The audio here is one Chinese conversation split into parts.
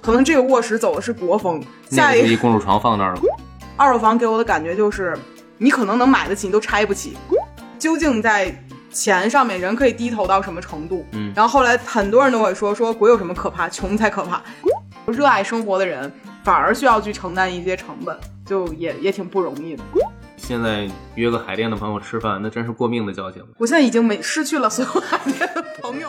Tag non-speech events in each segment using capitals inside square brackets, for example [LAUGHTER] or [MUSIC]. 可能这个卧室走的是国风，那下个一就个一公主床放那儿了， [LAUGHS] 二手房给我的感觉就是，你可能能买得起，你都拆不起。究竟在钱上面人可以低头到什么程度？嗯然后后来很多人都会说，说鬼有什么可怕，穷才可怕。热爱生活的人反而需要去承担一些成本，就也也挺不容易的。现在约个海淀的朋友吃饭，那真是过命的交情。我现在已经没失去了所有海淀的朋友。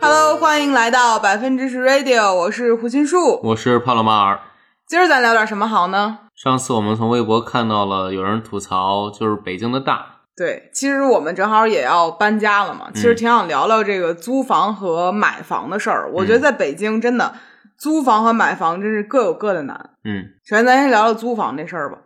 Hello，欢迎来到百分之十 Radio，我是胡心树。我是帕洛马尔。今儿咱聊点什么好呢？上次我们从微博看到了有人吐槽，就是北京的大，对，其实我们正好也要搬家了嘛，其实挺想聊聊这个租房和买房的事儿。我觉得在北京真的租房和买房真是各有各的难。嗯首先，咱先聊聊租房这事儿吧。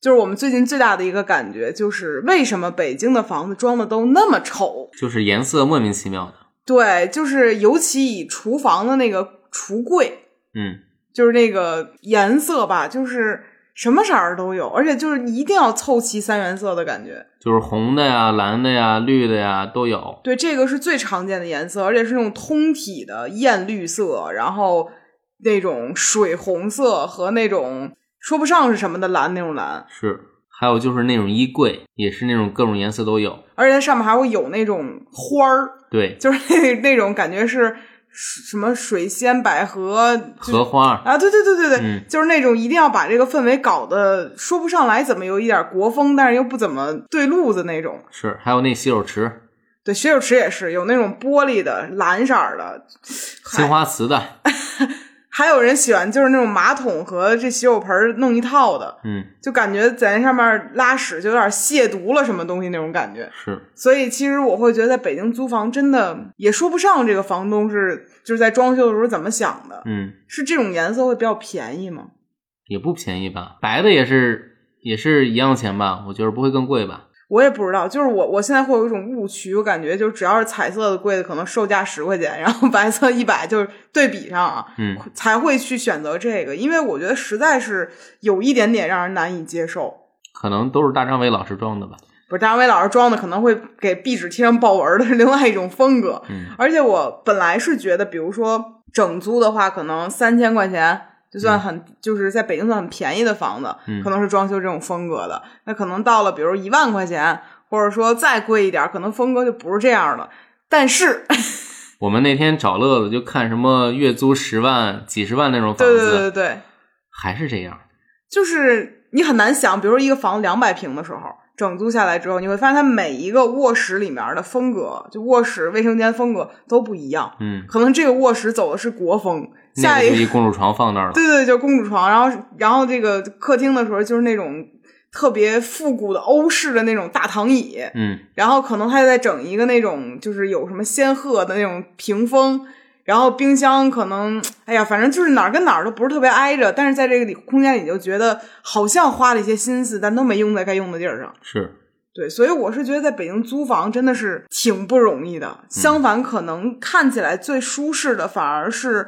就是我们最近最大的一个感觉，就是为什么北京的房子装的都那么丑？就是颜色莫名其妙的，对，就是尤其以厨房的那个橱柜，嗯，就是那个颜色吧，就是什么色儿都有，而且就是一定要凑齐三原色的感觉。就是红的呀、蓝的呀、绿的呀都有，对，这个是最常见的颜色，而且是那种通体的艳绿色，然后那种水红色和那种说不上是什么的蓝那种蓝，是。还有就是那种衣柜，也是那种各种颜色都有，而且它上面还会有那种花儿，对，就是那那种感觉是什么水仙、百合、就是荷花，啊，对对对对对，嗯就是那种一定要把这个氛围搞得说不上来，怎么有一点国风，但是又不怎么对路子那种。是，还有那洗手池，对，洗手池也是有那种玻璃的蓝色儿的，青花瓷的，还有人喜欢就是那种马桶和这洗手盆儿弄一套的，嗯，就感觉在那上面拉屎就有点亵渎了什么东西那种感觉。是，所以其实我会觉得在北京租房真的也说不上这个房东是就是在装修的时候怎么想的，嗯，是这种颜色会比较便宜吗？也不便宜吧，白的也是也是一样钱吧，我觉得不会更贵吧，我也不知道，就是我我现在会有一种误区，我感觉就是只要是彩色的贵的，可能售价十块钱，然后白色一百，就是对比上啊，嗯，才会去选择这个，因为我觉得实在是有一点点让人难以接受。可能都是大张伟老师装的吧，不是大张伟老师装的，可能会给壁纸贴上豹纹的是另外一种风格。嗯，而且我本来是觉得，比如说整租的话，可能三千块钱就算很，就是在北京算很便宜的房子，嗯可能是装修这种风格的。那可能到了比如一万块钱，或者说再贵一点，可能风格就不是这样了。但是， [LAUGHS] 我们那天找乐子就看什么月租十万、几十万那种房子，对对对对对，还是这样，就是你很难想，比如说一个房子两百平的时候，整租下来之后，你会发现它每一个卧室里面的风格，就卧室、卫生间风格都不一样。嗯，可能这个卧室走的是国风，那下个一就个一公主床放那儿了，对对，就是公主床，然后然后这个客厅的时候就是那种特别复古的欧式的那种大躺椅，嗯，然后可能还再整一个那种就是有什么仙鹤的那种屏风。然后冰箱可能，哎呀，反正就是哪儿跟哪儿都不是特别挨着，但是在这个里空间里就觉得好像花了一些心思，但都没用在该用的地儿上。是，对，所以我是觉得在北京租房真的是挺不容易嗯的。相反，可能看起来最舒适的反而是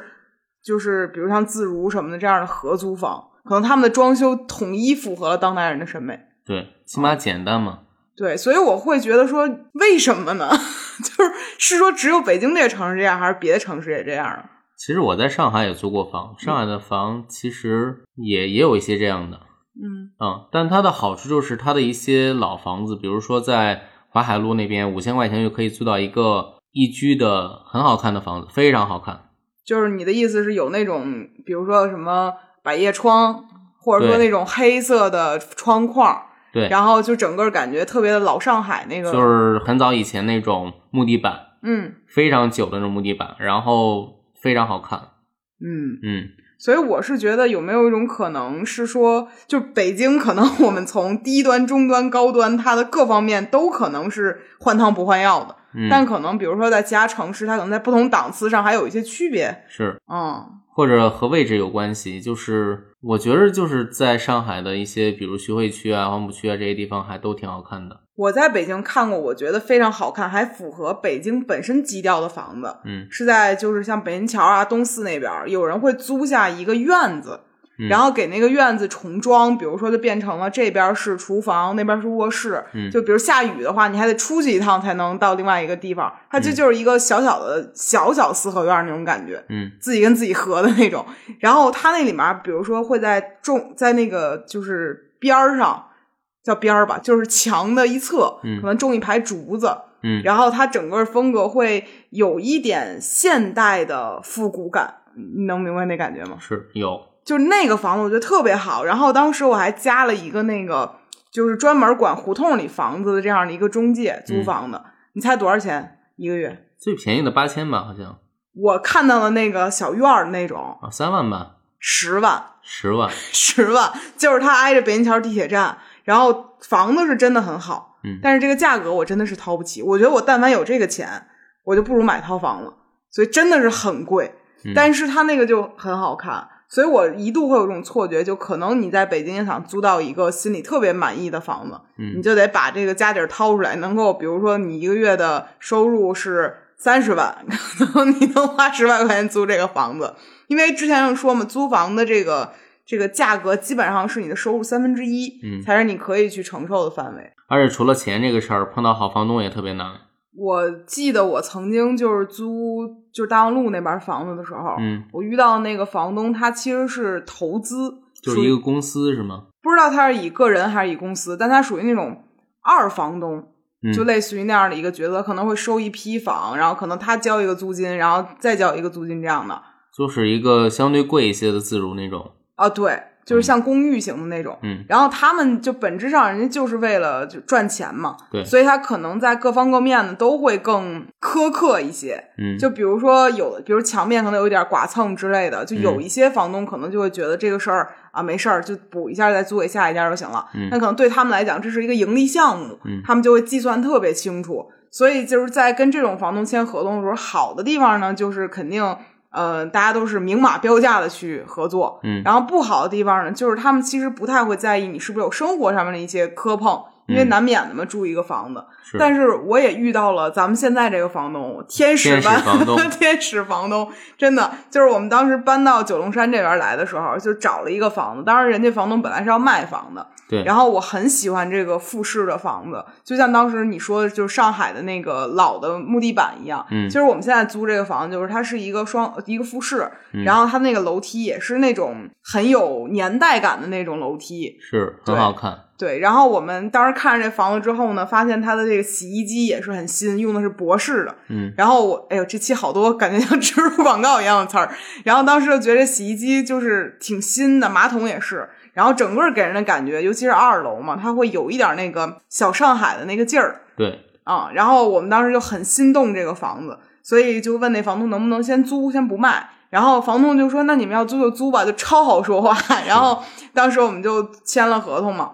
就是比如像自如什么的这样的合租房，可能他们的装修统一符合了当代人的审美。对，起码简单嘛，对，所以我会觉得说，为什么呢？ [LAUGHS] 就是是说只有北京这个城市这样，还是别的城市也这样啊？其实我在上海也租过嗯房，上海的房其实也也有一些这样的，嗯嗯，但它的好处就是它的一些老房子，比如说在淮海路那边，五千块钱就可以租到一个一居的很好看的房子，非常好看。就是你的意思是有那种，比如说什么百叶窗，或者说对那种黑色的窗框。对，然后就整个感觉特别的老上海那个，就是很早以前那种木地板，嗯非常久的那种木地板，然后非常好看。嗯，嗯，所以我是觉得有没有一种可能是说，就北京可能我们从低端、中端、高端，它的各方面都可能是换汤不换药的，嗯但可能比如说在其他城市，它可能在不同档次上还有一些区别。是，嗯或者和位置有关系。就是我觉得就是在上海的一些，比如徐汇区啊、黄浦区啊这些地方，还都挺好看的。我在北京看过，我觉得非常好看，还符合北京本身基调的房子，嗯是在就是像北新桥啊、东四那边儿，有人会租下一个院子，嗯然后给那个院子重装，比如说就变成了这边是厨房，那边是卧室。嗯就比如下雨的话，你还得出去一趟才能到另外一个地方。它嗯这就是一个小小的、小小四合院那种感觉，嗯自己跟自己合的那种。然后它那里面，比如说会在种在那个就是边儿上，叫边儿吧，就是墙的一侧，嗯可能种一排竹子。嗯然后它整个风格会有一点现代的复古感，你能明白那感觉吗？是有，就是那个房子我觉得特别好，然后当时我还加了一个那个就是专门管胡同里房子的这样的一个中介租房的，你猜多少钱一个月？最便宜的八千吧，好像我看到了那个小院儿那种啊，三万吧，十万，十万， [LAUGHS] 十万，就是它挨着北京桥地铁站，然后房子是真的很好，嗯但是这个价格我真的是掏不起。我觉得我但凡有这个钱，我就不如买套房了，所以真的是很贵嗯。但是它那个就很好看，所以我一度会有种错觉，就可能你在北京也想租到一个心里特别满意的房子，嗯你就得把这个家底儿掏出来，能够比如说你一个月的收入是三十万， [LAUGHS] 可能你能花十万块钱租这个房子，因为之前就说嘛，租房的这个这个价格基本上是你的收入三分之一，嗯才是你可以去承受的范围。而且除了钱这个事儿，碰到好房东也特别难。我记得我曾经就是租就是大望路那边房子的时候，嗯，我遇到那个房东，他其实是投资，就是一个公司是吗？不知道他是以个人还是以公司，但他属于那种二房东，嗯就类似于那样的一个角色，可能会收一批房，然后可能他交一个租金，然后再交一个租金这样的。就是一个相对贵一些的自如那种。啊，对，就是像公寓型的那种。嗯然后他们就本质上人家就是为了就赚钱嘛，对所以他可能在各方各面呢都会更苛刻一些。嗯，就比如说有的，比如墙面可能有点剐蹭之类的，就有嗯一些房东可能就会觉得这个事儿啊没事儿，就补一下再租给下一家就行了。嗯那可能对他们来讲这是一个盈利项目，嗯他们就会计算特别清楚。所以就是在跟这种房东签合同的时候，好的地方呢，就是肯定呃大家都是明码标价的去合作，嗯然后不好的地方呢，就是他们其实不太会在意你是不是有生活上面的一些磕碰，因为嗯难免的嘛，住一个房子。是但是我也遇到了咱们现在这个房东，天使天使般房东 [LAUGHS] 天使房东，真的就是我们当时搬到九龙山这边来的时候，就找了一个房子，当然人家房东本来是要卖房的，对，然后我很喜欢这个复式的房子，就像当时你说的，就是上海的那个老的木地板一样。嗯其实我们现在租这个房子，就是它是一个双一个复式，嗯然后它那个楼梯也是那种很有年代感的那种楼梯。是对很好看。对，然后我们当时看着这房子之后呢，发现它的这个洗衣机也是很新，用的是博士的。嗯然后我，哎呦，这期好多感觉像植入广告一样的词儿。然后当时就觉得洗衣机就是挺新的，马桶也是。然后整个给人的感觉，尤其是二楼嘛，它会有一点那个小上海的那个劲儿对，啊、然后我们当时就很心动这个房子，所以就问那房东能不能先租，先不卖。然后房东就说：“那你们要租就租吧，就超好说话。” [LAUGHS] 然后当时我们就签了合同嘛。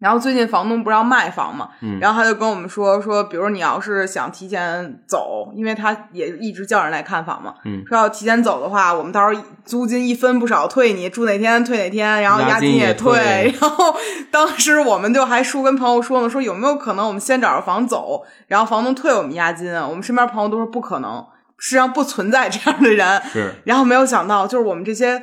然后最近房东不是要卖房嘛，嗯然后他就跟我们说说，比如你要是想提前走，因为他也一直叫人来看房嘛，嗯说要提前走的话，我们到时候租金一分不少退你，住哪天退哪天，然后押押金金也也退 [LAUGHS] 然后当时我们就还说跟朋友说呢，说有没有可能我们先找着房走，然后房东退我们押金啊？我们身边朋友都说不可能，世界上不存在这样的人。是，然后没有想到，就是我们这些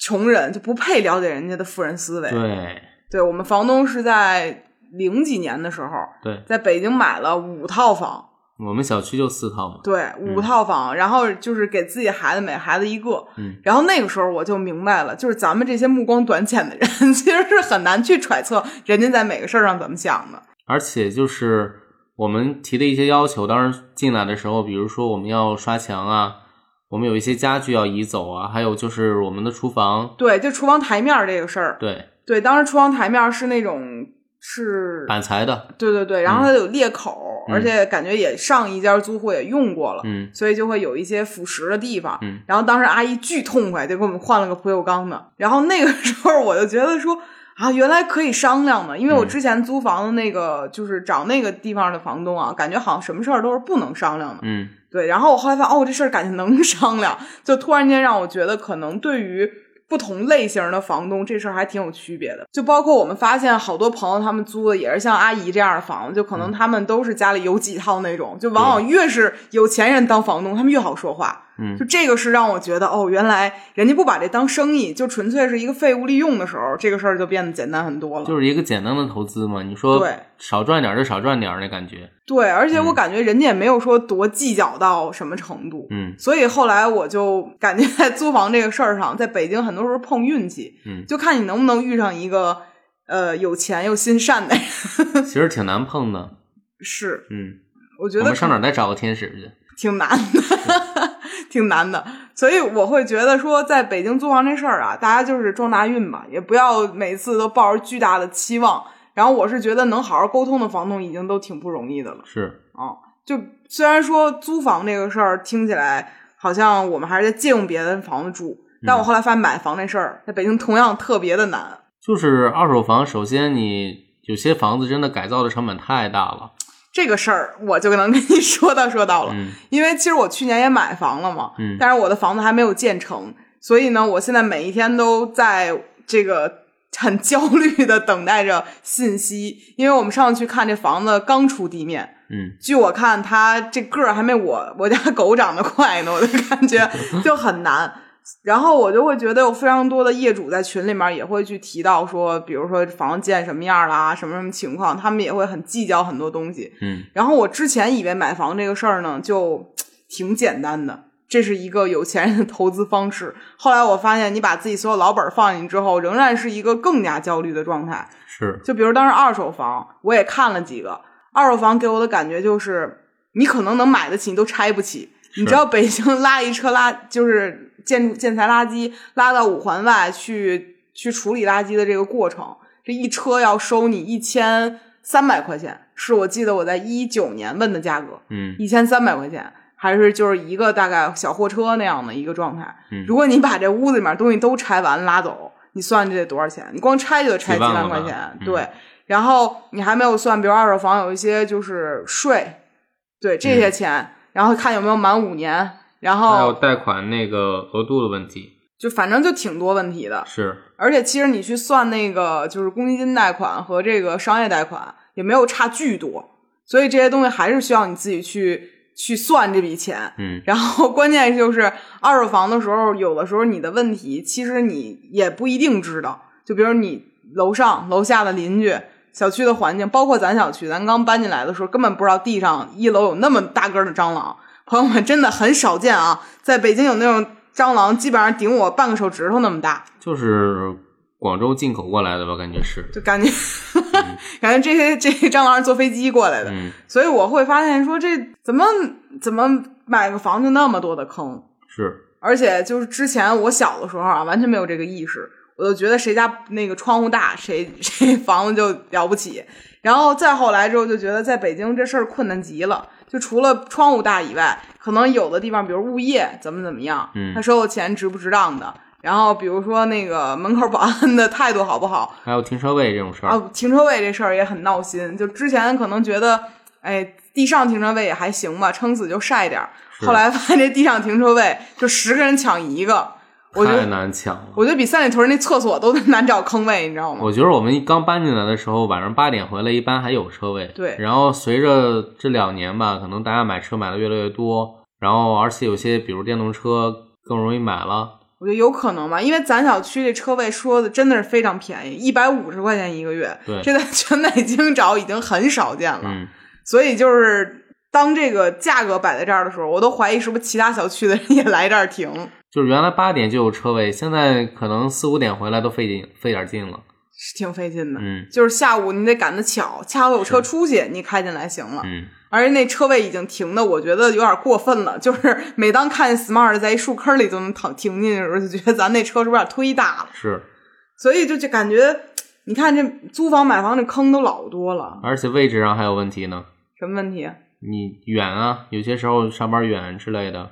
穷人就不配了解人家的富人思维。对对我们房东是在零几年的时候对，在北京买了五套房，我们小区就四套嘛。对，五套房，然后就是给自己孩子每孩子一个。嗯然后那个时候我就明白了，就是咱们这些目光短浅的人， [LAUGHS] 其实是很难去揣测人家在每个事儿上怎么想的。而且就是我们提的一些要求，当时进来的时候，比如说我们要刷墙啊，我们有一些家具要移走啊，还有就是我们的厨房，对，就厨房台面儿这个事儿，对，对，当时厨房台面儿是那种是，板材的，对对对，然后它有裂口，嗯而且感觉也上一家租户也用过了，嗯所以就会有一些腐蚀的地方。嗯然后当时阿姨巨痛快，就给我们换了个不锈钢的。然后那个时候我就觉得说啊，原来可以商量的，因为我嗯之前租房的那个、就是找那个地方的房东啊，感觉好像什么事儿都是不能商量的。嗯对，然后我后来发现哦，这事儿感觉能 [LAUGHS] 商量，就突然间让我觉得可能对于。不同类型的房东，这事儿还挺有区别的。就包括我们发现，好多朋友他们租的也是像阿姨这样的房子，就可嗯能他们都是家里有几套那种。就往往越是有钱人当房东，他们越好说话。嗯就这个是让我觉得哦，原来人家不把这当生意，就纯粹是一个废物利用的时候，这个事儿就变得简单很多了。就是一个简单的投资嘛。你说对少赚点儿就少赚点儿那感觉，对，而且我感觉人家也没有说多计较到什么程度。嗯所以后来我就感觉在租房这个事儿上，在北京很多时候碰运气，嗯，就看你能不能遇上一个呃有钱又心善的人。 [LAUGHS] 其实挺难碰的。是，嗯，我觉我得们上哪儿再找个天使去？挺难的， [LAUGHS] 挺难的。所以我会觉得说，在北京租房这事儿啊，大家就是撞大运吧，也不要每次都抱着巨大的期望。然后我是觉得能好好沟通的房东已经都挺不容易的了。是，啊，就虽然说租房这个事儿听起来好像我们还是在借用别人房子住，但嗯我后来发现买房这事儿在北京同样特别的难。就是二手房，首先你有些房子真的改造的成本太大了。这个事儿我就能跟你 [LAUGHS] 说到说到了，嗯因为其实我去年也买房了嘛，嗯哦但是我的房子还没有建成，所以呢，我现在每一天都在这个很焦虑的等待着信息，因为我们上次去看这房子刚出地面，嗯，据我看，它这个儿还没我我家狗长得快呢，我就感觉就很难。然后我就会觉得有非常多的业主在群里面也会去提到说，比如说房子建什么样啦，什么什么情况，他们也会很计较很多东西。嗯，然后我之前以为买房这个事儿呢，就挺简单的，这是一个有钱人的投资方式。后来我发现，你把自己所有老本儿放进去之后，仍然是一个更加焦虑的状态。是，就比如当时二手房，我也看了几个二手房，给我的感觉就是你可能能买得起，你都拆不起。你知道北京拉一车垃，就是建筑建材垃圾拉到五环外去去处理垃圾的这个过程，这一车要收你一千三百块钱，是我记得我在一九年问的价格，嗯一千三百块钱，还是就是一个大概小货车那样的一个状态。嗯如果你把这屋子里面东西都拆完拉走，你算这得多少钱？你光拆就得拆几几万万了块吧钱，嗯对。然后你还没有算，比如二手房有一些就是税，对这些钱，然后看有没有满五年，然嗯还有后贷款那个额度的问题，就反正就挺多问题的。是，而且其实你去算那个就是公积金贷款和这个商业贷款也没有差巨多，所以这些东西还是需要你自己去去算这笔钱。嗯然后关键就是二手房的时候，有的时候你的问题其实你也不一定知道。就比如你楼上楼下的邻居、小区的环境，包括咱小区，咱刚搬进来的时候根本不知道地上一楼有那么大个儿的蟑螂。朋友们，真的很少见啊，在北京有那种蟑螂，基本上顶我半个手指头那么大，就是广州进口过来的吧，感觉是，就感觉 [LAUGHS] 感觉这些这些蟑螂是坐飞机过来的。嗯，所以我会发现说，这怎么怎么买个房就那么多的坑。是，而且就是之前我小的时候啊，完全没有这个意识，我就觉得谁家那个窗户大，谁谁房子就了不起。然后再后来之后，就觉得在北京这事儿困难极了，就除了窗户大以外，可能有的地方，比如物业怎么怎么样，嗯他收的钱值不值当的，然后比如说那个门口保安的态度好不好，还有停车位这种事儿，啊，停车位这事儿也很闹心。就之前可能觉得，哎，地上停车位也还行吧，撑死就晒点儿。是后来发现这地上停车位就十个人抢一个，我觉太得难抢了。我觉得比三里屯那厕所都 [LAUGHS] 难找坑位，你知道吗？我觉得我们刚搬进来的时候，晚上八点回来，一般还有车位。对然后随着这两年吧，可能大家买车买的越来越多，然后而且有些比如电动车更容易买了。我觉得有可能吧，因为咱小区这车位说的真的是非常便宜，一百五十块钱一个月，对这在全北京找已经很少见了。嗯，所以就是当这个价格摆在这儿的时候，我都怀疑是不是其他小区的人也来这儿停。就是原来八点就有车位，现在可能四五点回来都费劲费点劲了。是挺费劲的。嗯就是下午你得赶得巧，恰好有车出去，你开进来行了。嗯，而且那车位已经停的，我觉得有点过分了。就是每当看见 smart 在一树坑里就能躺停进去的时候，就觉得咱那车是不是有点忒大了？是，所以就就感觉，你看这租房买房这坑都老多了。而且位置上还有问题呢，什么问题？你远啊，有些时候上班远之类的。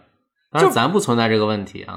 但是就咱不存在这个问题啊。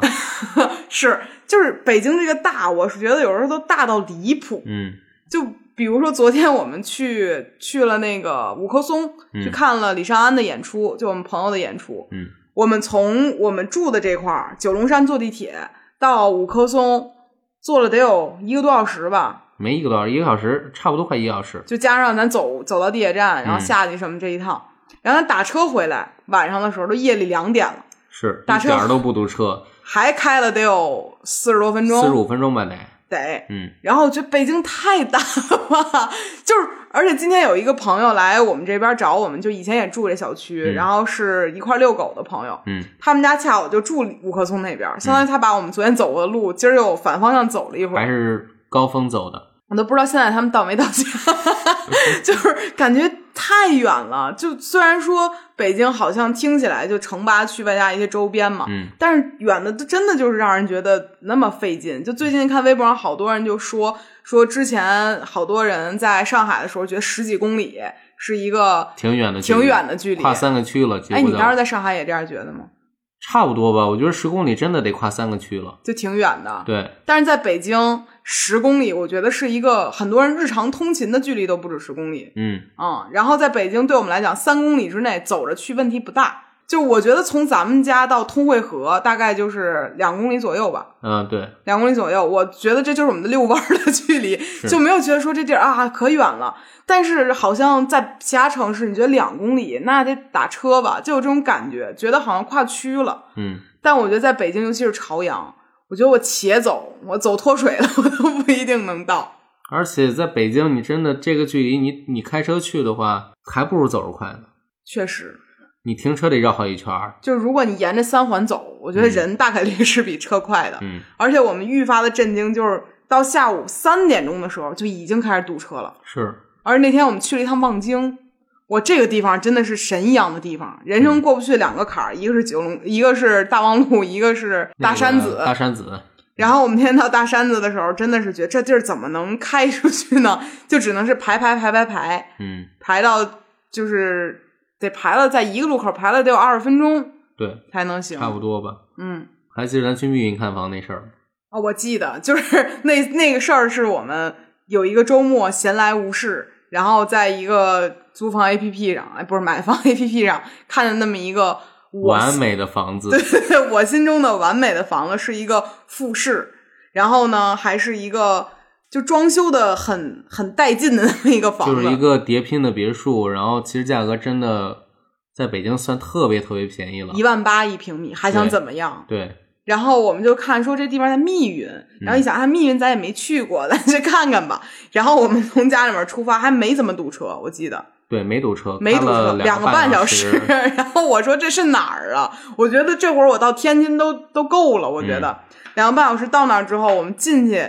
是就是北京这个大，我是觉得有时候都大到离谱。嗯就比如说昨天我们去去了那个五棵松，嗯去看了李尚安的演出，就我们朋友的演出。嗯，我们从我们住的这块儿九龙山坐地铁到五棵松，坐了得有一个多小时吧，没一个多小时，一个小时差不多快一个小时。就加上咱走走到地铁站，然后嗯下去什么这一趟，然后咱打车回来，晚上的时候都夜里两点了。是打一车点儿都不堵车，还开了得有四十多分钟，四十五分钟吧得，得。嗯然后我觉得北京太大了吧，就是而且今天有一个朋友来我们这边找我们，就以前也住这小区，嗯然后是一块儿遛狗的朋友，嗯他们家恰好就住五棵松那边儿，相当于他把我们昨天走过的路，今儿又反方向走了一会还儿，是高峰走的，我都不知道现在他们到没到家，就是感觉太远了。就虽然说北京好像听起来就城八区外加一些周边嘛，嗯但是远的都真的就是让人觉得那么费劲。就最近看微博上好多人就说说之前好多人在上海的时候觉得十几公里是一个挺远的距离，挺远的距离。跨三个区了，结哎，果你就当时在上海也这样觉得吗？差不多吧，我觉得十公里真的得跨三个区了，就挺远的。对，但是在北京十公里，我觉得是一个很多人日常通勤的距离都不止十公里。嗯嗯，然后在北京对我们来讲，三公里之内走着去问题不大。就我觉得从咱们家到通惠河大概就是两公里左右吧，嗯、对，两公里左右。我觉得这就是我们的遛弯儿的距离，就没有觉得说这地儿啊可远了。但是好像在其他城市，你觉得两公里那得打车吧，就有这种感觉，觉得好像跨区了。嗯但我觉得在北京，尤其是朝阳，我觉得我且走，我走脱水了，我都不一定能到。而且在北京，你真的这个距离你，你开车去的话，还不如走着快呢。确实，你停车得绕好一圈儿。就是如果你沿着三环走，我觉得人大概率是比车快的。嗯，而且我们愈发的震惊，就是到下午三点钟的时候就已经开始堵车了。是，而那天我们去了一趟望京，我这个地方真的是神一样的地方，人嗯生过不去两个坎儿，一个是九龙，一个是大望路，一个是大山那子。个大山子，然后我们那天到大山子的时候，真的是觉得这地儿怎么能开出去呢？就只能是排排排排排嗯，排到，就是得排了，在一个路口排了得有二十分钟对，才能行。差不多吧。嗯，还记得咱去密云看房那事儿吗，哦，我记得就是 [LAUGHS] 那那个事儿是我们有一个周末闲来无事，然后在一个租房 APP 上，哎，不是买房 [LAUGHS] APP 上看见那么一个我完美的房子，对 [LAUGHS] 我心中的完美的房子是一个复式，然后呢，还是一个就装修的很很带劲的那么一个房就子，是一个叠拼的别墅，然后其实价格真的在北京算特别特别便宜了。一万八一平米，还想对怎么样？对，然后我们就看说这地方在密云，然后嗯一想啊，密云咱也没去过， [LAUGHS] 咱去看看吧。然后我们从家里面出发，还没怎么堵车，我记得对，没堵车，没开堵车了两个个半小时。 [LAUGHS] 然后我说这是哪儿啊？我觉得这会儿我到天津都都够了，我觉得、嗯两个半小时到那儿之后，我们进去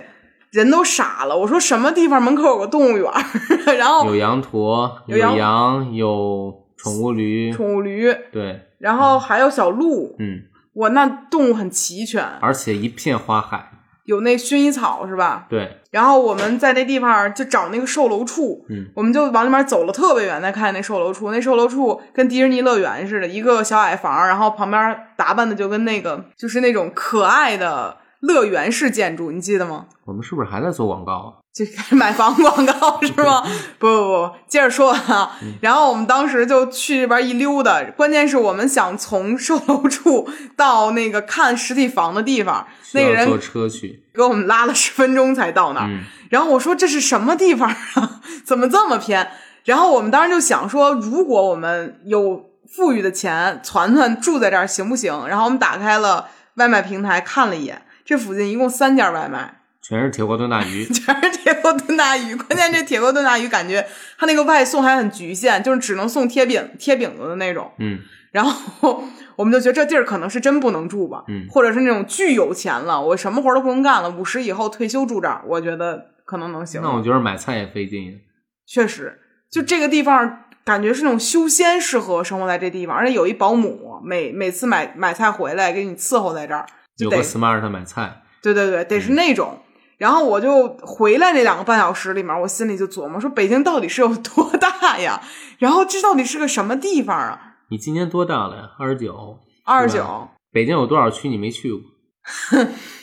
人都傻了。我说什么地方门口有个动物园儿？ [LAUGHS] 然后有羊驼，有有羊羊，有宠物驴，宠物驴，对，然后还有小鹿，嗯，我那动物很齐全，而且一片花海，有那薰衣草是吧？对，然后我们在那地方就找那个售楼处，嗯，我们就往里面走了特别远，才看见那售楼处。那售楼处跟迪士尼乐园似的，一个小矮房，然后旁边打扮的就跟那个就是那种可爱的乐园式建筑，你记得吗？我们是不是还在做广告啊？就开始买房广告是吗？不不不，接着说啊。然后我们当时就去这边一溜达，关键是我们想从售楼处到那个看实体房的地方，需那要个坐人啊车去，给我们拉了十分钟才到那儿。嗯，然后我说这是什么地方啊？ [LAUGHS] 怎么这么偏？然后我们当时就想说，如果我们有富裕的钱，攒攒住在这儿行不行？然后我们打开了外卖平台看了一眼，这附近一共三家外卖，，全是铁锅炖大鱼 [LAUGHS] 全是铁锅炖大鱼。关键这铁锅炖大鱼感觉它那个外送还很局限，就是只能送贴饼、贴饼子的那种。嗯，然后我们就觉得这地儿可能是真不能住吧，嗯或者是那种巨有钱了，我什么活儿都不用干了，五十以后退休住这儿，我觉得可能能行。那我觉得买菜也费劲，确实，就这个地方感觉是那种修仙适合生活在这地方，而且有一保姆，每每次买买菜回来给你伺候在这儿，就有得个嗯 smart 买菜，对对对，得是那种。然后我就回来那两个半小时里面，我心里就琢磨说，北京到底是有多大呀？然后这到底是个什么地方啊？你今年多大了呀？二十九。二十九，北京有多少区你没去过？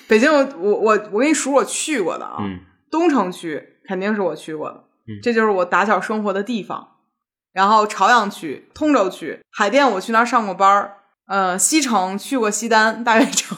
北京我我我给你数我去过的啊，嗯，东城区肯定是我去过的，嗯这就是我打小生活的地方。然后朝阳区、通州区、海淀，我去那儿上过班儿。呃，西城去过西单、大悦城，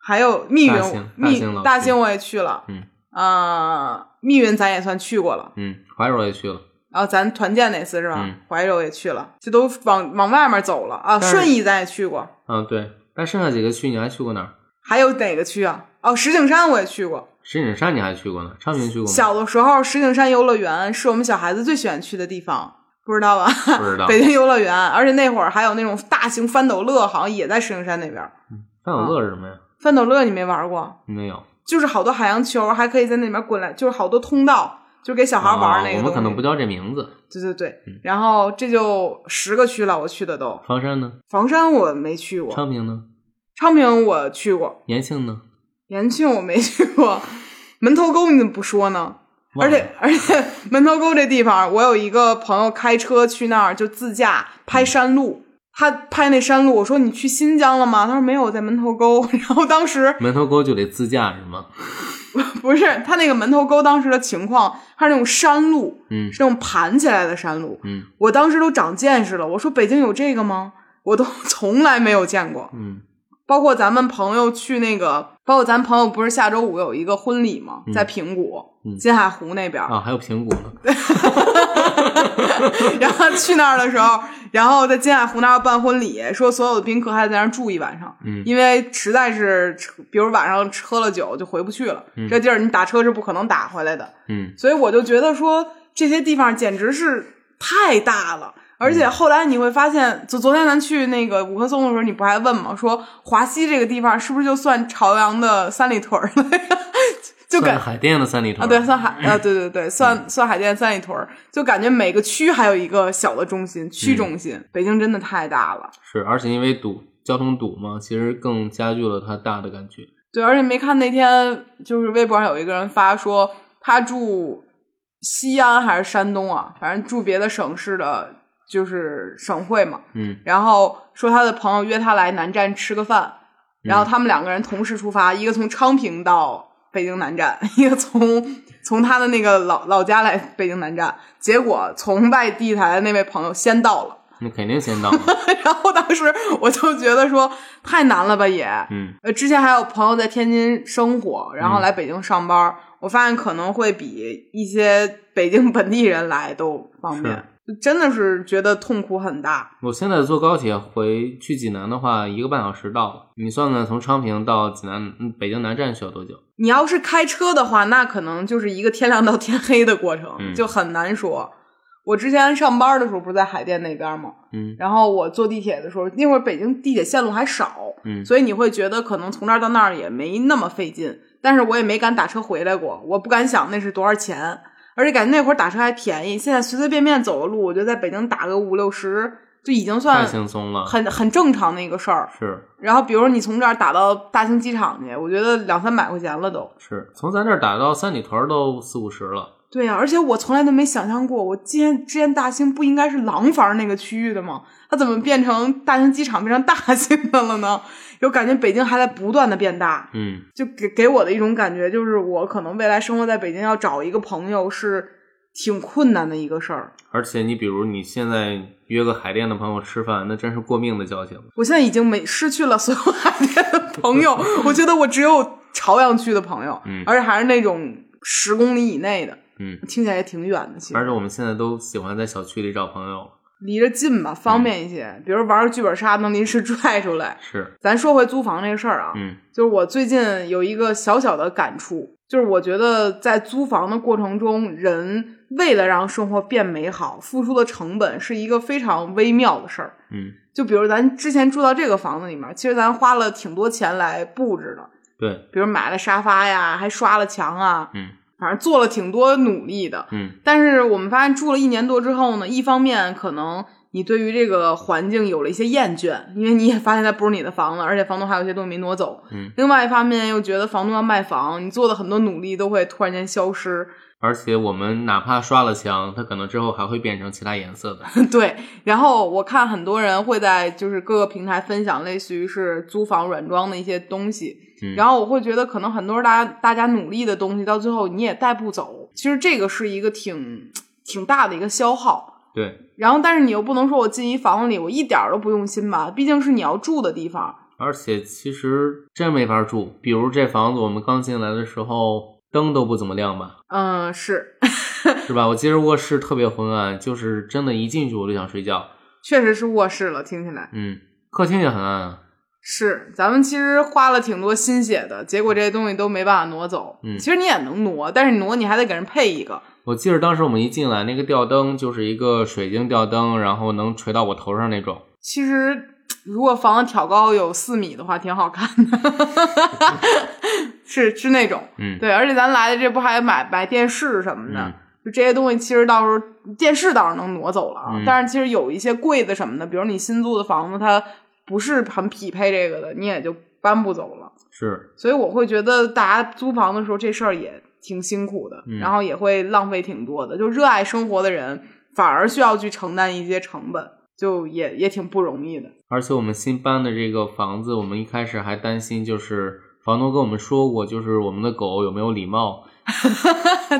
还有密大云兴、大密兴老大区兴我也去了。嗯，啊，密云咱也算去过了。嗯，怀柔也去了，然后咱团建那次是吧嗯？怀柔也去了，这都往往外面走了啊。但是顺义咱也去过，嗯，对，那剩下几个区你还去过哪儿？还有哪个区啊？哦，石景山我也去过。石景山你还去过呢？昌平去过吗？小的时候，石景山游乐园是我们小孩子最喜欢去的地方，不知道吧？不知 [LAUGHS] 道。北京游乐园，而且那会儿还有那种大型翻斗乐，好像也在石景山那边。范啊有乐是什么呀？翻斗乐你没玩过？没有。就是好多海洋球，还可以在那里面滚来，就是好多通道，就是给小孩玩那个、啊我们可能不。嗯叫这名字。对对对，然后这就十个区了，我去的都。房山呢？房山我没去过，昌平呢？昌平我去过，延庆呢？延庆我没去过， [LAUGHS] 门头沟你怎么不说呢？忘而了且而且 [LAUGHS] 门头沟这地方，我有一个朋友开车去那儿就自驾拍山路，他拍那山路，我说你去新疆了吗？他说没有，我在门头沟。 [LAUGHS] 然后当时门头沟就得自驾是吗？不是他那个门头沟当时的情况，它是那种山路，嗯是那种盘起来的山路。嗯我当时都长见识了，我说北京有这个吗？我都从来没有见过。嗯包括咱们朋友去那个，包括咱朋友不是下周五有一个婚礼吗？嗯在平谷、嗯金海湖那边儿，啊，还有平谷呢。 [LAUGHS] 然后去那儿的时候，然后在金海湖那儿办婚礼，说所有的宾客还得在那儿住一晚上，嗯因为实在是，比如晚上喝了酒就回不去了，嗯这地儿你打车是不可能打回来的，嗯所以我就觉得说这些地方简直是太大了。而嗯且后来你会发现，就昨天咱去那个五棵松的时候，你不还问吗？说华西这个地方是不是就算朝阳的三里屯儿了？ [LAUGHS] 就感算海嗯淀的三里啊，屯对，算海啊，对对对，算算海淀三里屯儿，就感觉每个区还有一个小的中心嗯区中心。北京真的太大了，是，而且因为堵交通堵嘛，其实更加剧了它大的感觉。对，而且没看那天就是微博上有一个人发说他住西安还是山东啊，反正住别的省市的，就是省会嘛。嗯然后说他的朋友约他来南站吃个饭，然后他们两个人同时出发，一个从昌平到北京南站， [LAUGHS] 一个从从他的那个老老家来北京南站。结果从外地来的那位朋友先到了， [LAUGHS] 那肯定先到了。 [LAUGHS] 然后当时我就觉得说太难了吧也。嗯呃，之前还有朋友在天津生活，然后来北京上班，我发现可能会比一些 [LAUGHS] 北京本地人来都方便，真的是觉得痛苦很大。我现在坐高铁回去济南的话，一个半小时到了。你算算，从昌平到济南、嗯北京南站需要多久？你要是开车的话，那可能就是一个天亮到天黑的过程，嗯就很难说。我之前上班的时候不是在海淀那边吗？嗯然后我坐地铁的时候，那会儿北京地铁线路还少，嗯所以你会觉得可能从这儿到那儿也没那么费劲。但是我也没敢打车回来过，我不敢想那是多少钱，而且感觉那会儿打车还便宜。现在随随便便走个路，我觉得在北京打个五六十就已经太算轻松了。很很正常的一个事儿。是然后比如你从这儿打到大兴机场去，我觉得两三百块钱了都。是，从咱这儿打到三里屯儿都四五十了。对呀、而且我从来都没想象过，我今天之前大兴不应该是廊坊那个区域的吗？它怎么变成大兴机场变成大兴的了呢？有感觉北京还在不断的变大，嗯就给给我的一种感觉就是，我可能未来生活在北京要找一个朋友是挺困难的一个事儿。而且你比如你现在约个海淀的朋友吃饭，那真是过命的交情。我现在已经没失去了所有海淀的朋友，我觉得我只有朝阳区的朋友，嗯而且还是那种十公里以内的，嗯，听起来也挺远的，其实而且我们现在都喜欢在小区里找朋友。离着近吧，方便一些。比如玩剧本杀，能临时拽出来。是，咱说回租房这个事儿啊，嗯就是我最近有一个小小的感触，就是我觉得在租房的过程中，人为了让生活变美好，付出的成本是一个非常微妙的事儿。嗯，就比如咱之前住到这个房子里面，其实咱花了挺多钱来布置的，对，比如买了沙发呀，还刷了墙啊，嗯反正做了挺多努力的。嗯但是我们发现住了一年多之后呢，一方面可能你对于这个环境有了一些厌倦，因为你也发现它不是你的房子，而且房东还有一些东西没挪走；嗯，另外一方面又觉得房东要卖房，你做的很多努力都会突然间消失。 [LAUGHS] 而且我们哪怕刷了墙，它可能之后还会变成其他颜色的。 [LAUGHS] 对，然后我看很多人会在就是各个平台分享类似于是租房软装的一些东西，嗯然后我会觉得可能很多大家大家努力的东西到最后你也带不走，其实这个是一个挺挺大的一个消耗。对，然后，但是你又不能说我进一房子里，我一点儿都不用心吧？毕竟是你要住的地方。而且其实真没法住。比如这房子，我们刚进来的时候灯都不怎么亮吧，嗯，是， [LAUGHS] 是吧？我记得卧室特别昏暗，就是真的，一进去我就想睡觉。确实是卧室了，听起来嗯，客厅也很暗啊，是，咱们其实花了挺多心血的，结果这些东西都没办法挪走。嗯其实你也能挪，但是挪你还得给人配一个。我记得当时我们一进来，那个吊灯就是一个水晶吊灯，然后能垂到我头上那种。其实如果房子挑高有四米的话， [LAUGHS] 挺好看的，是是那种。嗯，对，而且咱来的这不还买买电视什么的，嗯就这些东西，其实到时候电视倒是能挪走了啊。嗯但是其实有一些柜子什么的，比如你新租的房子，它不是很匹配这个的，你也就搬不走了。是，所以我会觉得大家租房的时候这事儿也挺辛苦的，嗯然后也会浪费挺多的。就热爱生活的人反而需要去承担一些成本，就也也挺不容易的。 [LAUGHS] 而且我们新搬的这个房子，我们一开始还担心，就是房东跟我们说过，就是我们的狗有没有礼貌。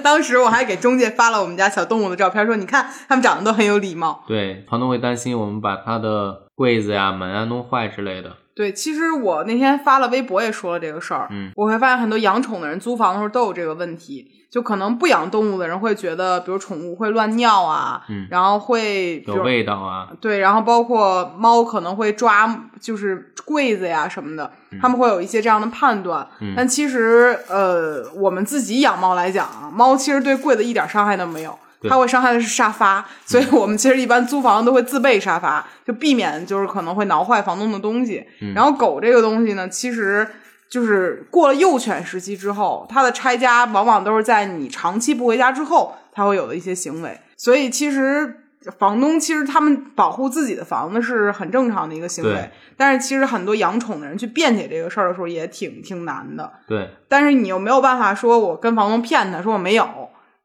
当时我还给中介发了我们家小动物的照片，说你看它们长得都很有礼貌。对，房东会担心我们把他的柜子呀、门啊弄坏之类的。对，其实我那天发了微博也说了这个事儿，嗯我会发现很多养宠的人租房的时候都有这个问题，就可能不养动物的人会觉得，比如宠物会乱尿啊，嗯，然后会比有如味道啊。对，然后包括猫可能会抓就是柜子呀什么的，他们会有一些这样的判断。嗯但其实呃，我们自己养猫来讲啊，猫其实对柜子一点伤害都没有。对嗯它会伤害的是沙发，所以我们其实一般租房都会自备沙发，就避免就是可能会挠坏房东的东西。嗯然后狗这个东西呢，其实就是过了幼犬时期之后，它的拆家往往都是在你长期不回家之后，它会有的一些行为。所以其实房东其实他们保护自己的房子是很正常的一个行为对，但是其实很多养宠的人去辩解这个事儿的时候也挺挺难的。对，但是你又没有办法说我跟房东骗他，说我没有。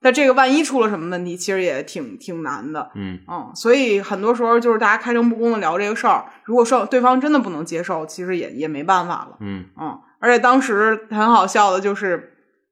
那这个万一出了什么问题，其实也挺挺难的。嗯，嗯，所以很多时候就是大家开诚布公的聊这个事儿，如果说对方真的不能接受，其实也也没办法了。嗯，嗯，而且当时很好笑的就是。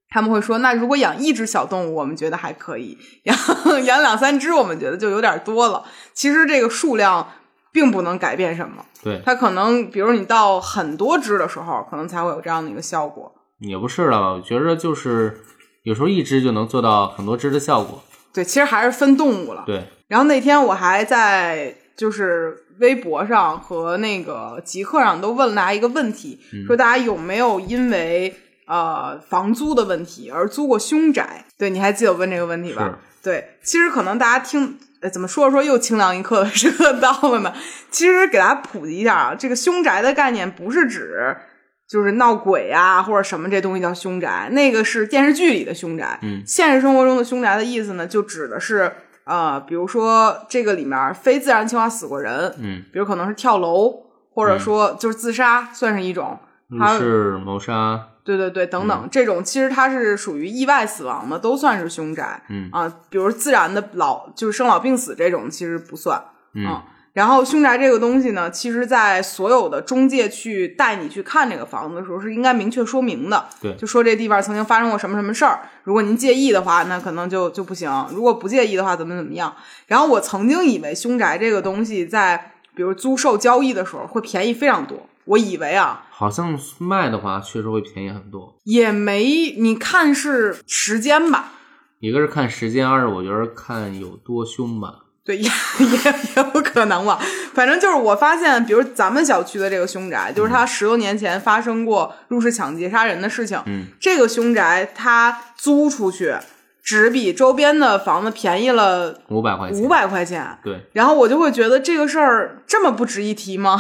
他们会说，那如果养一只小动物，我们觉得还可以； [LAUGHS] 养养两三只，我们觉得就有点多了。其实这个数量并不能改变什么，对，它可能，比如你到很多只的时候，可能才会有这样的一个效果。也不是了，我觉着就是有时候一只就能做到很多只的效果。对，其实还是分动物了。对，然后那天我还在就是微博上和那个极客上都问了大家一个问题，说大家有没有因为呃房租的问题而租过凶宅？对，你还记得我问这个问题吧？对，其实可能大家听。呃，怎么说着说又清凉一刻的时刻到了 [LAUGHS] 呢？其实给大家普及一下啊，这个凶宅的概念不是指就是闹鬼啊或者什么这东西叫凶宅，那个是电视剧里的凶宅。嗯现实生活中的凶宅的意思呢，就指的是呃，比如说这个里面非自然情况死过人，嗯，比如可能是跳楼，或者说就是自杀，算是一种。入还有室谋杀。对对对，等嗯等，这种其实它是属于意外死亡的，都算是凶宅。嗯啊，比如自然的老就是生老病死这种，其实不算。嗯嗯，然后凶宅这个东西呢，其实，在所有的中介去带你去看这个房子的时候，是应该明确说明的。对就说这地方曾经发生过什么什么事儿，如果您介意的话，那可能就就不行；如果不介意的话，怎么怎么样。然后我曾经以为凶宅这个东西在比如租售交易的时候会便宜非常多，我以为啊，好像卖的话确实会便宜很多。也没你看是时间吧，一个是看时间，二是我觉得看有多凶吧。对，也 [LAUGHS] 也也有可能吧。反正就是我发现，比如咱们小区的这个凶宅，就是它十多年前发生过入室抢劫杀人的事情。嗯，这个凶宅它租出去，只比周边的房子便宜了五百块钱。五。百块钱。对，然后我就会觉得这个事儿这么不值一提吗？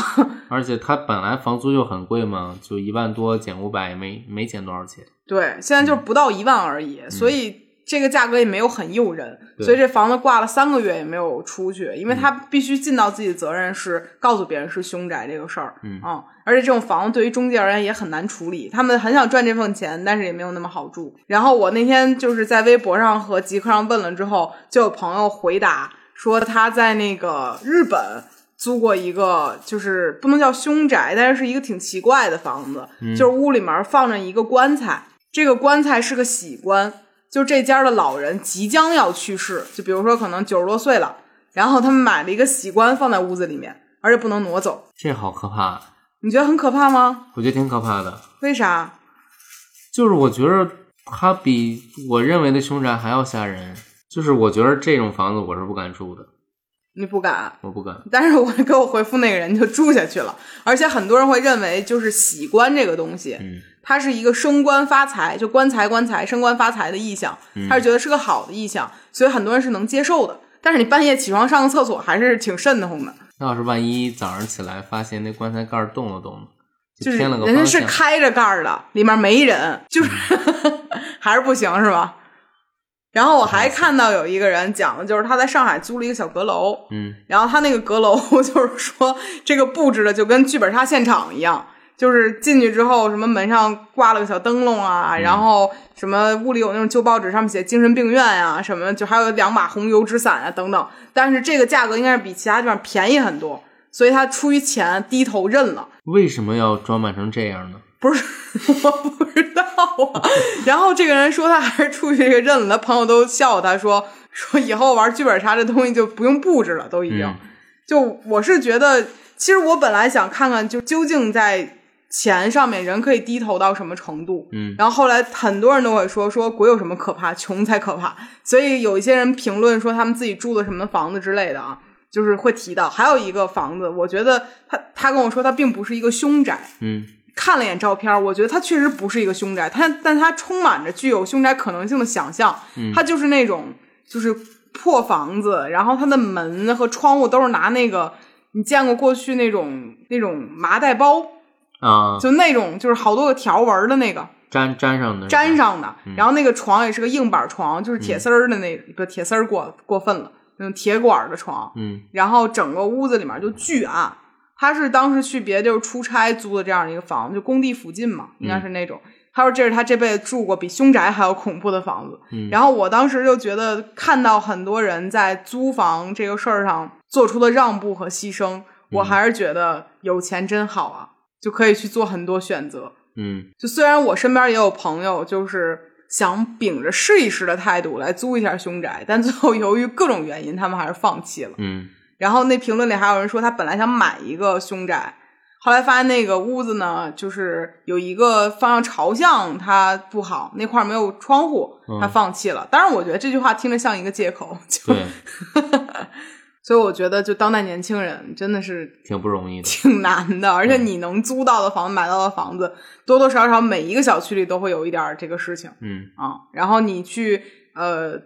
而且它本来房租就很贵嘛，就一万多减五百，也没没减多少钱。对，现在嗯就是不到一万而已，所以这个价格也没有很诱人，对嗯所以这房子挂了三个月也没有出去，因为他必须尽到自己的责任，是告诉别人是凶宅这个事儿，嗯啊，而且这种房子对于中介而言也很难处理，他们很想赚这份钱，但是也没有那么好住。然后我那天就是在微博上和极客上问了之后，就有朋友回答说他在那个日本。租过一个，就是不能叫凶宅，但是是一个挺奇怪的房子，就是屋里面放着一个棺材，这个棺材是个喜棺，就这家的老人即将要去世，就比如说可能九十多岁了，然后他们买了一个喜棺放在屋子里面，而且不能挪走，这好可怕，你觉得很可怕吗？我觉得挺可怕的。为啥？就是我觉得它比我认为的凶宅还要吓人。就是我觉得这种房子我是不敢住的。你不敢。我不敢。但是我给我回复那个人就住下去了，而且很多人会认为就是喜官这个东西，嗯它是一个升官发财，就官财官财升官发财的意向，他是觉得是个好的意向，所以很多人是能接受的。但是你半夜起床上个厕所还是挺瘆得慌的，那要是万一早上起来发现那棺材盖儿动了动了，就就是偏了个人家方是向，开着盖儿的，里面没人，就是 [LAUGHS] 还是不行是吧？然后我还看到有一个人讲的就是他在上海租了一个小阁楼，嗯然后他那个阁楼 [LAUGHS] 就是说，这个布置的就跟剧本杀现场一样，就是进去之后，什么门上挂了个小灯笼啊，嗯然后什么屋里有那种旧报纸，上面写精神病院啊，什么就还有两把红油纸伞啊等等。但是这个价格应该是比其他地方便宜很多，所以他出于钱低头认了。为什么要装扮成这样呢？不是， [LAUGHS] 我不知道啊。然后这个人说他还是出于这个认了，他朋友都笑他说说以后玩剧本杀这东西就不用布置了，都已经。嗯就我是觉得，其实我本来想看看，就究竟在钱上面人可以低头到什么程度。嗯然后后来很多人都会说，说鬼有什么可怕，穷才可怕。所以有一些人评论说他们自己住的什么房子之类的啊，就是会提到。还有一个房子，我觉得他他跟我说他并不是一个凶宅，嗯看了眼照片，我觉得它确实不是一个凶宅，它但它充满着具有凶宅可能性的想象。它就是那种就是破房子，然后它的门和窗户都是拿那个你见过过去那种那种麻袋包，啊，就那种就是好多个条纹儿的那个粘粘上的，粘，上的，然后那个床也是个硬板床，就是铁丝儿的那不铁丝儿过过分了，那种铁管儿的床，嗯然后整个屋子里面就巨暗。他是当时去别地儿出差租的这样一个房子，就工地附近嘛，应该是那种。他说这是他这辈子住过比凶宅还要恐怖的房子。嗯然后我当时就觉得，看到很多人在租房这个事儿上做出的让步和牺牲，我还是觉得有钱真好啊，就可以去做很多选择。嗯就虽然我身边也有朋友，就是想秉着试一试的态度来租一下凶宅，但最后由于各种原因，他们还是放弃了。嗯然后那评论里还有人说他本来想买一个凶宅，后来发现那个屋子呢，就是有一个方向朝向它不好，那块儿没有窗户，他放弃了。当然，我觉得这句话听着像一个借口，就对，所以我觉得就当代年轻人真的是挺不容易 [LAUGHS] 的，挺难的，而且你能租到的房子、买到的房子，多多少少每一个小区里都会有一点儿这个事情。嗯啊，然后你去呃，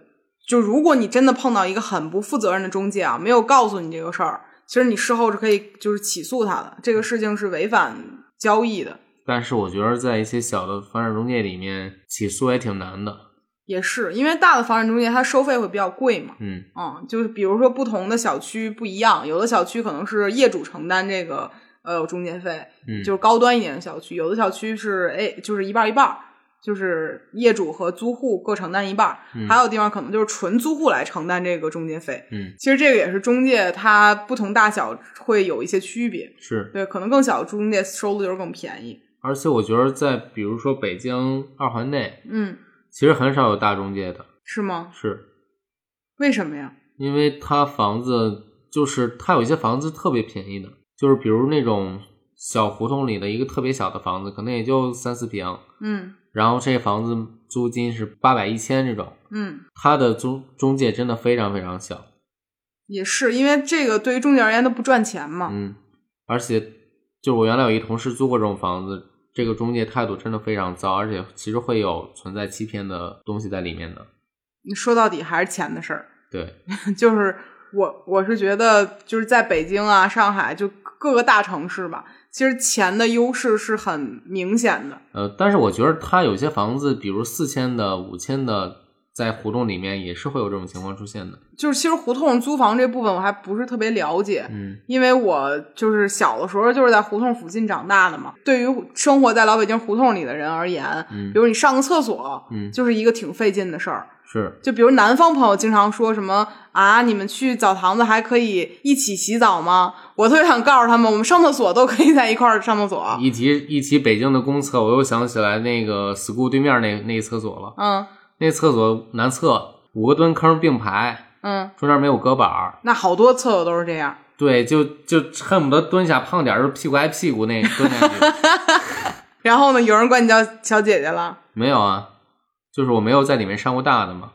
就如果你真的碰到一个很不负责任的中介啊，没有告诉你这个事儿，其实你事后是可以就是起诉他的，这个事情是违反交易的，但是我觉得在一些小的房产中介里面起诉也挺难的，也是因为大的房产中介它收费会比较贵嘛，嗯嗯，就是比如说不同的小区不一样，有的小区可能是业主承担这个呃中介费，嗯就是高端一点的小区，有的小区是哎就是一半儿一半儿，就是业主和租户各承担一半儿，还有地方可能就是纯租户来承担这个中介费。嗯其实这个也是中介它不同大小会有一些区别，是，对，可能更小的中介收的就是更便宜。而且我觉得在比如说北京二环内，嗯，其实很少有大中介的，是吗？是。为什么呀？因为它房子就是它有一些房子特别便宜的，就是比如那种小胡同里的一个特别小的房子，可能也就三四平，嗯然后这房子租金是八百一千这种，嗯，它的中中介真的非常非常小，也是因为这个对于中介而言都不赚钱嘛。嗯，而且就我原来有一同事租过这种房子，这个中介态度真的非常糟，而且其实会有存在欺骗的东西在里面的，嗯你说到底还是钱的事儿，对，就是我我是觉得就是在北京啊、上海就各个大城市吧，其实钱的优势是很明显的。呃，但是我觉得它有些房子，比如四千的、五千的，在胡同里面也是会有这种情况出现的。就是其实胡同租房这部分我还不是特别了解，嗯因为我就是小的时候就是在胡同附近长大的嘛。对于生活在老北京胡同里的人而言，嗯比如你上个厕所，嗯就是一个挺费劲的事儿。是，就比如南方朋友经常说什么啊，你们去澡堂子还可以一起洗澡吗？我特别想告诉他们，我们上厕所都可以在一块儿上厕所。一提一提北京的公厕，我又想起来那个 school 对面那那厕所了。嗯那厕所南侧五个蹲坑并排，嗯，中间没有隔板儿，那好多厕所都是这样。对，就就恨不得蹲下胖点儿，就屁股挨屁股那蹲下去。然后呢，有人管你叫小姐姐了。没有啊，就是我没有在里面上过大的嘛。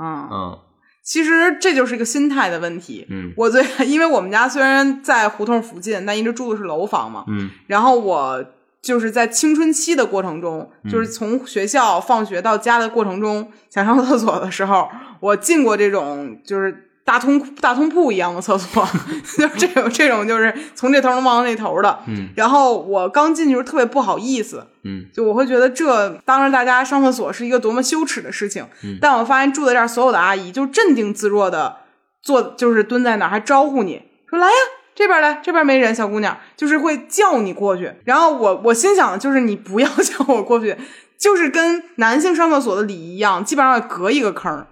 嗯，嗯，其实这就是一个心态的问题。嗯我最 [LAUGHS] 因为我们家虽然在胡同附近，但一直住的是楼房嘛，嗯然后我就是在青春期的过程中，就是从学校放学到家的过程中，想上厕所的时候，我进过这种就是。大通大通铺一样的厕所， [LAUGHS] 就是这种这种就是从这头能望到那头的。嗯然后我刚进去时候特别不好意思，嗯就我会觉得这当着大家上厕所是一个多么羞耻的事情。嗯但我发现住在这儿所有的阿姨就镇定自若的坐，就是蹲在那儿还招呼你说来呀。这边来，这边没人，小姑娘就是会叫你过去。然后我我心想，就是你不要 [LAUGHS] 叫我过去，就是跟男性上厕所的礼仪一样，基本上隔一个坑儿。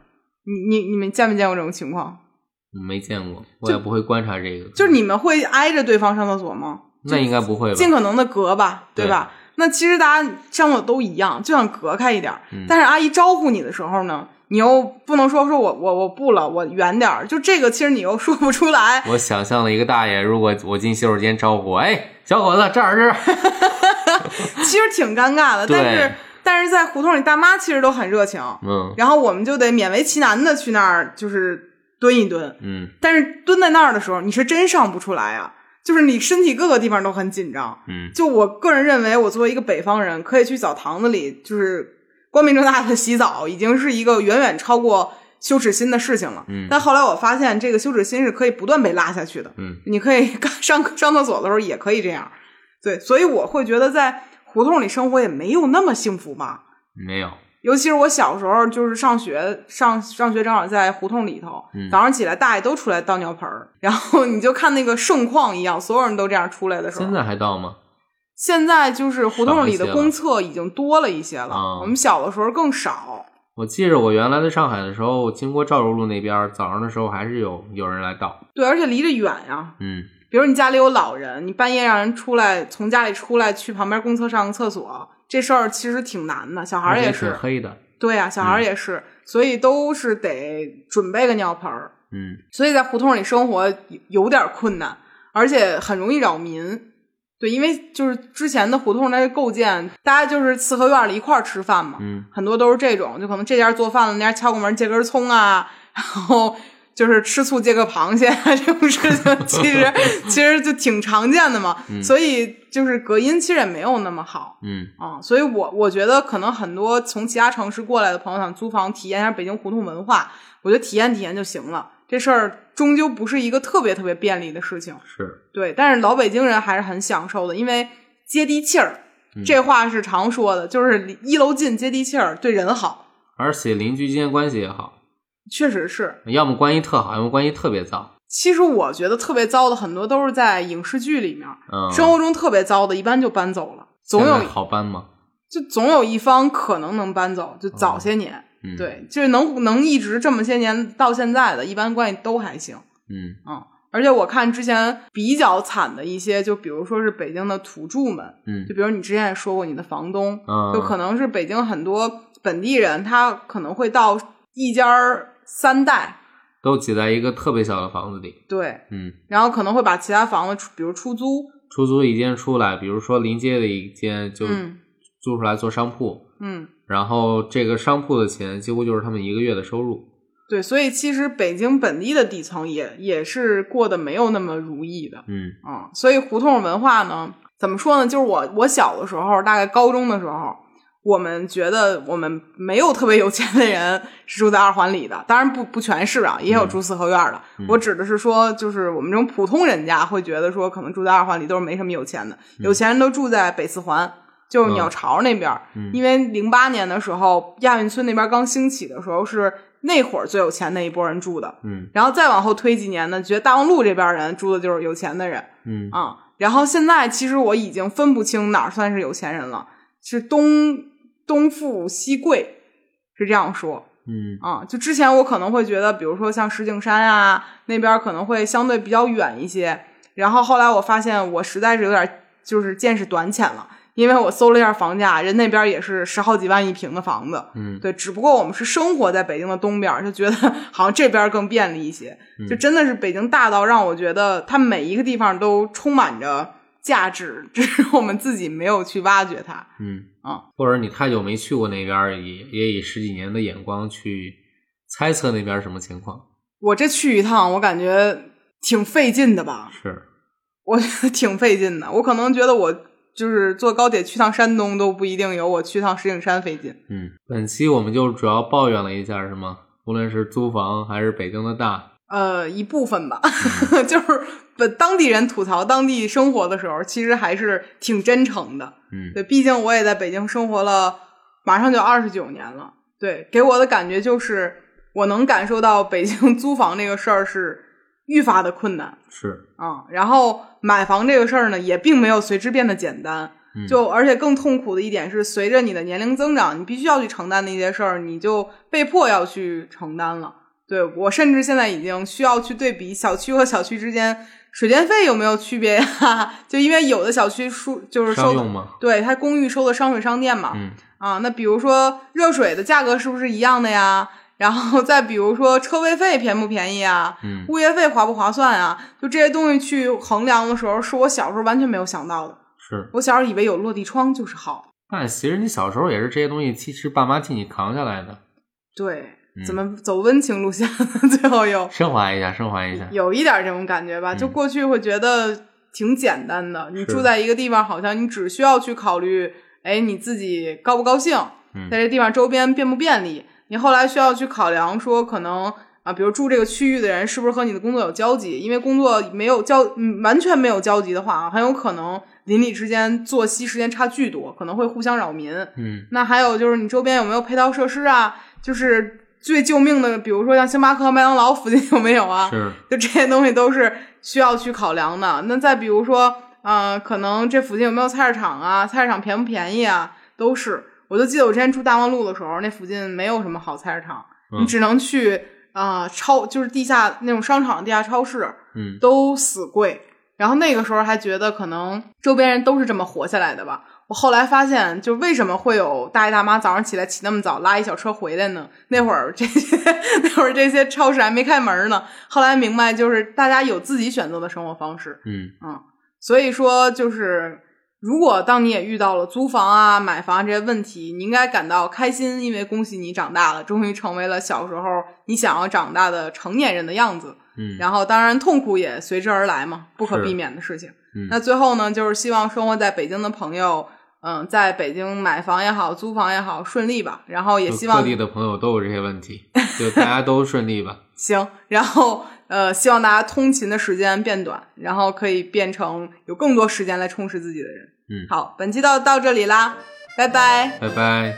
你你你们见没见过这种情况？没见过，我也不会观察这个，就是你们会挨着对方上厕所吗？那应该不会吧？尽可能的隔吧，对对吧？那其实大家上厕所都一样，就想隔开一点儿。嗯但是阿姨招呼你的时候呢，你又不能说说我我我不了，我远点儿。就这个，其实你又说不出 [LAUGHS] 来。我想象了一个大爷，如果我进洗手间招呼我，哎，小伙子，这儿这儿， [LAUGHS] 其实挺尴尬的。对但是但是在胡同里，大妈其实都很热情，嗯然后我们就得勉为其难的去那儿就是蹲一蹲。嗯但是蹲在那儿的时候，你是真上不出来啊，就是你身体各个地方都很紧张。嗯就我个人认为，我作为一个北方人，可以去澡堂子里就是光明正大的洗澡，已经是一个远远超过羞耻心的事情了。嗯但后来我发现，这个羞耻心是可以不断被拉下去的。嗯，你可以上上厕所的时候也可以这样。对，所以我会觉得在胡同里生活也没有那么幸福吧。没有，尤其是我小时候，就是上学上上学正好在胡同里头，嗯早上起来大爷都出来倒尿盆儿，然后你就看那个盛况一样，所有人都这样出来的时候现，在还到吗？现在就是胡同里的公厕已经多了一些了，啊我们小的时候更少。我记着我原来在上海的时候，经过赵州路那边，早上的时候还是有有人来倒，对，而且离着远呀、嗯比如你家里有老人，你半夜让人出来，从家里出来去旁边公厕上个厕所，这事儿其实挺难的。小孩儿也而且是嗯挺，黑的，对呀、小孩儿也是，所以都是得准备个尿盆儿。嗯所以在胡同里生活有有点困难，而且很容易扰民。对，因为就是之前的胡同那构建，大家就是四合院里一块儿吃饭嘛，嗯很多都是这种，就可能这家做饭了，那家敲个门借根葱啊，然后就是吃醋借个螃蟹啊，这种事情其实其实就挺常见的嘛，所以就是隔音其实也没有那么好嗯啊、所以我我觉得可能很多从其他城市过来的朋友想租房体验一下北京胡同文化，我觉得体验体验就行了，这事儿终究不是一个特别特别便利的事情。是，对，但是老北京人还是很享受的，因为接地气儿，嗯这话是常说的，就是离一楼近，接地气儿，对人好，而且邻居之间关系也好，确实是。要么关系特好，要么关系特别糟，其实我觉得特别糟的，很多都是在影视剧里面，嗯，生活中特别糟的，一般就搬走了，总现有在好搬吗？就总有一方可能能搬走，就早些年，嗯，，对，就是能能一直这么些年到现在的，一般关系都还行。嗯而且我看之前比较惨的一些，就比如说是北京的土著们，嗯就比如你之前也说过你的房东，嗯，就可能是北京很多本地人，他可能会到一家儿三代，都挤在一个特别小的房子里，对，嗯，然后可能会把其他房子出，比如出租，出租一间出来，比如说临街的一间就嗯租出来做商铺，嗯，然后这个商铺的钱几乎就是他们一个月的收入。对，所以其实北京本地的底层也也是过得没有那么如意的，嗯嗯，所以胡同文化呢，怎么说呢？就是我我小的时候，大概高中的时候，我们觉得我们没有特别有钱的人是住在二环里的，当然不不全是啊，也有住四合院的。我指的是说，就是我们这种普通人家会觉得说，可能住在二环里都是没什么有钱的，有钱人都住在北四环。就是鸟巢那边儿，嗯因为零八年的时候，亚运村那边刚兴起的时候，是那会儿最有钱那一波人住的。嗯然后再往后推几年呢，觉得大望路这边人住的就是有钱的人嗯啊、然后现在其实我已经分不清哪儿算是有钱人了，是东东富西贵，是这样说嗯啊、就之前我可能会觉得，比如说像石景山啊那边可能会相对比较远一些，然后后来我发现我实在是有点就是见识短浅了，因为我搜了一下房价，人那边也是十好几万一平的房子，嗯，对，只不过我们是生活在北京的东边儿，就觉得 [LAUGHS] 好像这边儿更便利一些。就真的是北京大到让我觉得它每一个地方都充满着价值， [LAUGHS] 只是我们自己没有去挖掘它。嗯啊，或者你太久没去过那边儿，也也以十几年的眼光去猜测那边什么情况？我这去一趟，我感觉挺费劲的吧？是，我觉得挺费劲的。我可能觉得我就是坐高铁去趟山东都不一定有我去趟石景山费劲。嗯，本期我们就主要抱怨了一下，是吗？无论是租房还是北京的大，呃，一部分吧， [LAUGHS] 就是本当地人吐槽当地生活的时候，其实还是挺真诚的。嗯，对，毕竟我也在北京生活了，马上就二十九年了。对，给我的感觉就是，我能感受到北京 [LAUGHS] 租房这个事儿是愈发的困难是，啊、然后买房这个事儿呢，也并没有随之变得简单。嗯就而且更痛苦的一点是，随着你的年龄增长，你必须要去承担的一些事儿，你就被迫要去承担了。对我甚至现在已经需要去对比小区和小区之间水电费有没有区别呀、 [LAUGHS] 就因为有的小区收就是商收用吗？对它公寓收的商水商店嘛，嗯啊，那比如说热水的价格是不是一样的呀？然后再比如说车位费便不便宜啊？嗯，物业费划不划算啊？就这些东西去衡量的时候，是我小时候完全没有想到的。是。我小时候以为有落地窗就是好，但其实你小时候也是这些东西，其实爸妈替你扛下来的。对，嗯怎么走温情路线？ [LAUGHS] 最后又升华一下，升华一下。有一点这种感觉吧。就嗯过去会觉得挺简单的，你是住在一个地方，好像你只需要去考虑，哎，你自己高不高兴，嗯在这地方周边便不便利。你后来需要去考量说，可能啊，比如住这个区域的人是不是和你的工作有交集？因为工作没有交，嗯完全没有交集的话啊，很有可能邻里之间作息时间差巨多，可能会互相扰民。嗯那还有就是你周边有没有配套设施啊？就是最救命的，比如说像星巴克、麦当劳附近有没有啊？是，就这些东西都是需要去考量的。那再比如说，呃，可能这附近有没有菜市场啊？菜市场便不便宜啊？都是。我就记得我之前住大望路的时候，那附近没有什么好菜市场，嗯你只能去啊、呃超，就是地下那种商场、地下超市嗯都死贵。然后那个时候还觉得可能周边人都是这么活下来的吧。我后来发现，就为什么会有大爷大妈早上起来起那么早拉一小车回来呢？那会儿这些 [LAUGHS] 那会儿这些超市还没开门呢。后来明白，就是大家有自己选择的生活方式。嗯，所以说，就是如果当你也遇到了租房啊、买房啊这些问题，你应该感到开心，因为恭喜你长大了，终于成为了小时候你想要长大的成年人的样子。嗯，然后当然痛苦也随之而来嘛，不可避免的事情。嗯那最后呢，就是希望生活在北京的朋友，嗯，在北京买房也好，租房也好顺利吧。然后也就希望各地的朋友都有这些问题，就大家都顺利吧。行，然后呃，希望大家通勤的时间变短，然后可以变成有更多时间来充实自己的人。嗯好，本期到到这里啦，拜拜。拜拜。